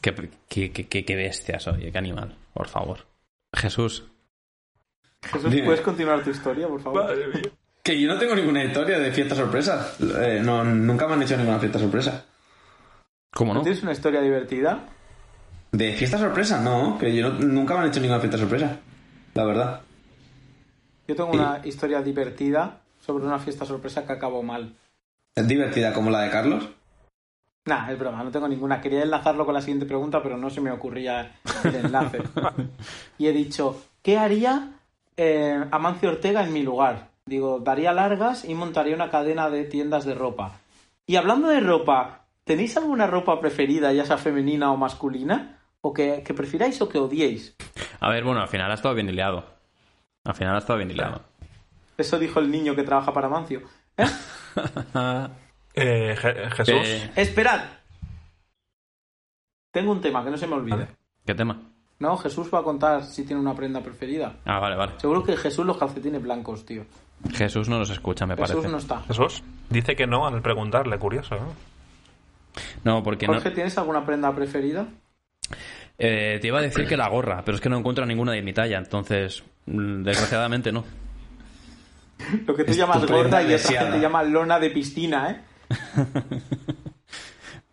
Qué, qué, qué- qué- qué bestias, oye, qué animal, por favor. Jesús, Jesús, Dime. ¿puedes continuar tu historia, por favor? Madre mía. Que yo no tengo ninguna historia de fiesta sorpresa. Eh, no, nunca me han hecho ninguna fiesta sorpresa. ¿cómo no? ¿Tienes una historia divertida? ¿De fiesta sorpresa? No, que yo no- nunca me han hecho ninguna fiesta sorpresa. La verdad. Yo tengo una historia divertida sobre una fiesta sorpresa que acabó mal. ¿Es divertida como la de Carlos? Nah, es broma, no tengo ninguna. Quería enlazarlo con la siguiente pregunta, pero no se me ocurría el enlace. y he dicho, ¿qué haría eh, Amancio Ortega en mi lugar? Digo, daría largas y montaría una cadena de tiendas de ropa. Y hablando de ropa, ¿tenéis alguna ropa preferida, ya sea femenina o masculina? ¿O que, que prefiráis o que odiéis? A ver, bueno, al final ha estado bien hilado. Al final ha estado bien hilado. Ah, Eso dijo el niño que trabaja para Amancio. Eh, Je- Jesús. Eh, ¡Esperad! Tengo un tema que no se me olvide. ¿Qué tema? No, Jesús va a contar si tiene una prenda preferida. Ah, vale, vale. Seguro que Jesús los calcetines blancos, tío. Jesús no nos escucha, me Jesús parece. no No, está. Jesús. Dice que no al preguntarle, curioso, ¿no? porque no. Jorge, ¿tienes alguna prenda preferida? Eh, te iba a decir que la gorra, pero es que no encuentro ninguna de mi talla, entonces, mm, desgraciadamente no. Lo que tú Es tu llamas prenda gorda y otra deseada. gente llama lona de piscina, ¿eh?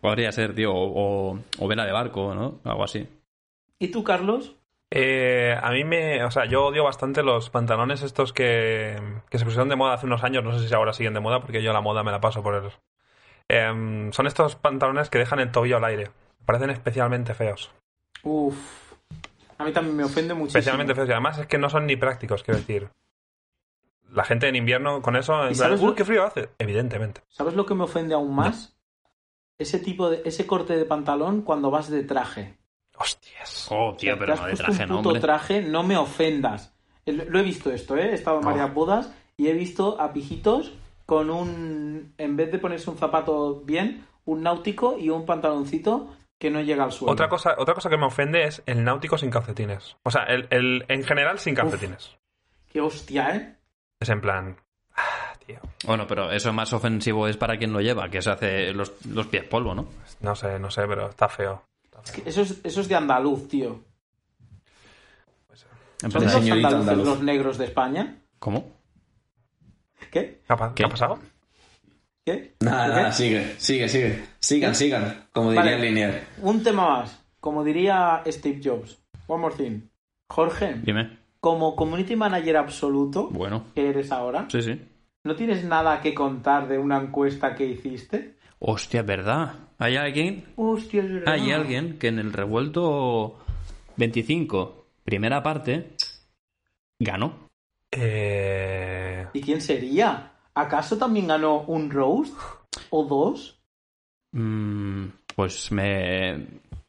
Podría ser, tío, o, o- o vela de barco, ¿no? Algo así. ¿Y tú, Carlos? Eh, a mí me. O sea, yo odio bastante los pantalones estos que, que se pusieron de moda hace unos años. No sé si ahora siguen de moda, porque yo la moda me la paso por el. Em, son estos pantalones que dejan el tobillo al aire. Me Parecen especialmente feos. Uf. A mí también me ofende muchísimo. Especialmente feos. Y además es que no son ni prácticos, quiero decir. La gente en invierno con eso. en ¿Y plan, sabes "Uh, lo- qué frío hace! Evidentemente. ¿Sabes lo que me ofende aún más? Ese tipo de, ese corte de pantalón cuando vas de traje. ¡Hostias! Oh, tío, Te has puesto un puto traje, no me ofendas. El- Lo he visto esto, ¿eh? He estado en No. varias bodas y he visto a pijitos con un... En vez de ponerse un zapato bien, un náutico y un pantaloncito que no llega al suelo. Otra cosa, otra cosa que me ofende es el náutico sin calcetines. O sea, el, el- en general sin calcetines. Qué hostia, ¿eh? Es en plan. Ah, tío. Bueno, pero eso más ofensivo es para quien lo lleva, que se hace los, los pies polvo, ¿no? No sé, no sé, pero está feo. Está feo. Eso es, eso es de andaluz, tío. En ¿Son plan, De los señorita andaluces andaluz. los negros de España? ¿Cómo? ¿Qué? ¿Qué ha, pa- ¿Qué? qué ha pasado? ¿Qué? Nada, ¿Qué? nada, sigue, sigue, sigue. Sigan, sigan, como diría Vale. el lineal. Un tema más. Como diría Steve Jobs. One more thing. Jorge, Dime. como community manager absoluto Bueno, que eres ahora, sí, sí. ¿No tienes nada que contar de una encuesta que hiciste? Hostia, es verdad. ¿Hay alguien Hostia, es verdad. Hay alguien que en el revuelto 25, primera parte, ganó. Eh, ¿Y quién sería? ¿Acaso también ganó un roast? ¿O dos? Mm, pues me,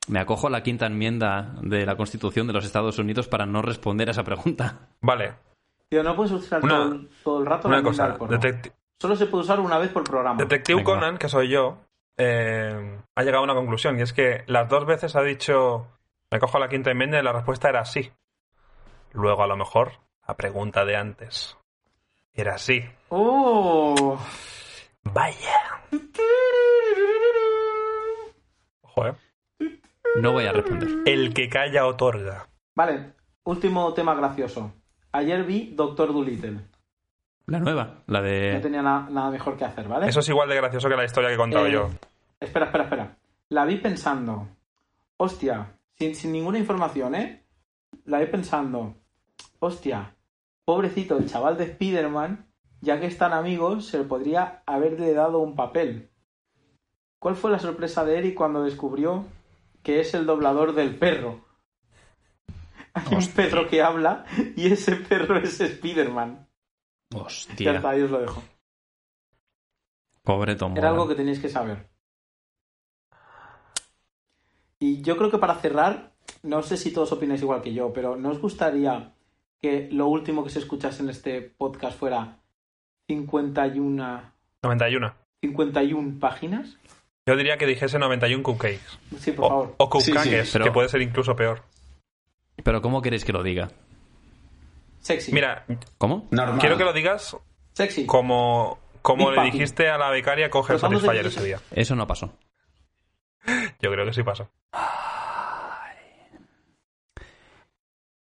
me acojo a la quinta enmienda de la Constitución de los Estados Unidos para no responder a esa pregunta. Vale, Tío, no puedes usar Una- todo, el- todo el rato la una mierda cosa. del porno. Detecti- Solo se puede usar una vez por programa. Detective Venga, Conan, que soy yo, eh, ha llegado a una conclusión y es que las dos veces ha dicho me cojo la quinta enmienda y la respuesta era sí. Luego, a lo mejor, la pregunta de antes era sí. ¡Oh! Vaya. Joder. No voy a responder. eh. El que calla otorga. Vale, último tema gracioso. Ayer vi Doctor Dolittle. La nueva, la Eh. No de... tenía na- nada mejor que hacer, ¿vale? Eso es igual de gracioso que la historia que he contado Eh, yo. Espera, espera, espera. La vi pensando. Hostia, sin, sin ninguna información, ¿eh? La vi pensando. Hostia, pobrecito el chaval de Spider-Man, ya que están amigos, se le podría haberle dado un papel. ¿Cuál fue la sorpresa de Eric cuando descubrió que es el doblador del perro? Hay un perro que habla y ese perro es Spider-Man. Ya Hostia, está, ahí os lo dejo. pobre Tom Era algo Holland. que teníais que saber. Y yo creo que para cerrar, no sé si todos opináis igual que yo, pero ¿no os gustaría que lo último que se escuchase en este podcast fuera 51, 91. 51 páginas? Yo diría que dijese 91 cupcakes. Sí, por O, favor. o Sí, sí, cupcakes, pero- que puede ser incluso peor. Pero ¿cómo queréis que lo diga? Sexy. Mira, ¿Cómo? Normal. quiero que lo digas Sexy. como, Como Big le Papi. dijiste a la becaria, coge el Los ambos Satisfyer de- ese día. Eso no pasó. Yo creo que sí pasó.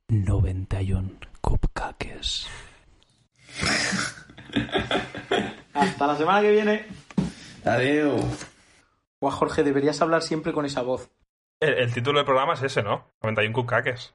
91 cupcakes. Hasta la semana que viene. Adiós. Guau, Jorge, deberías hablar siempre con esa voz. El, el título del programa es ese, ¿no? 91 cupcakes.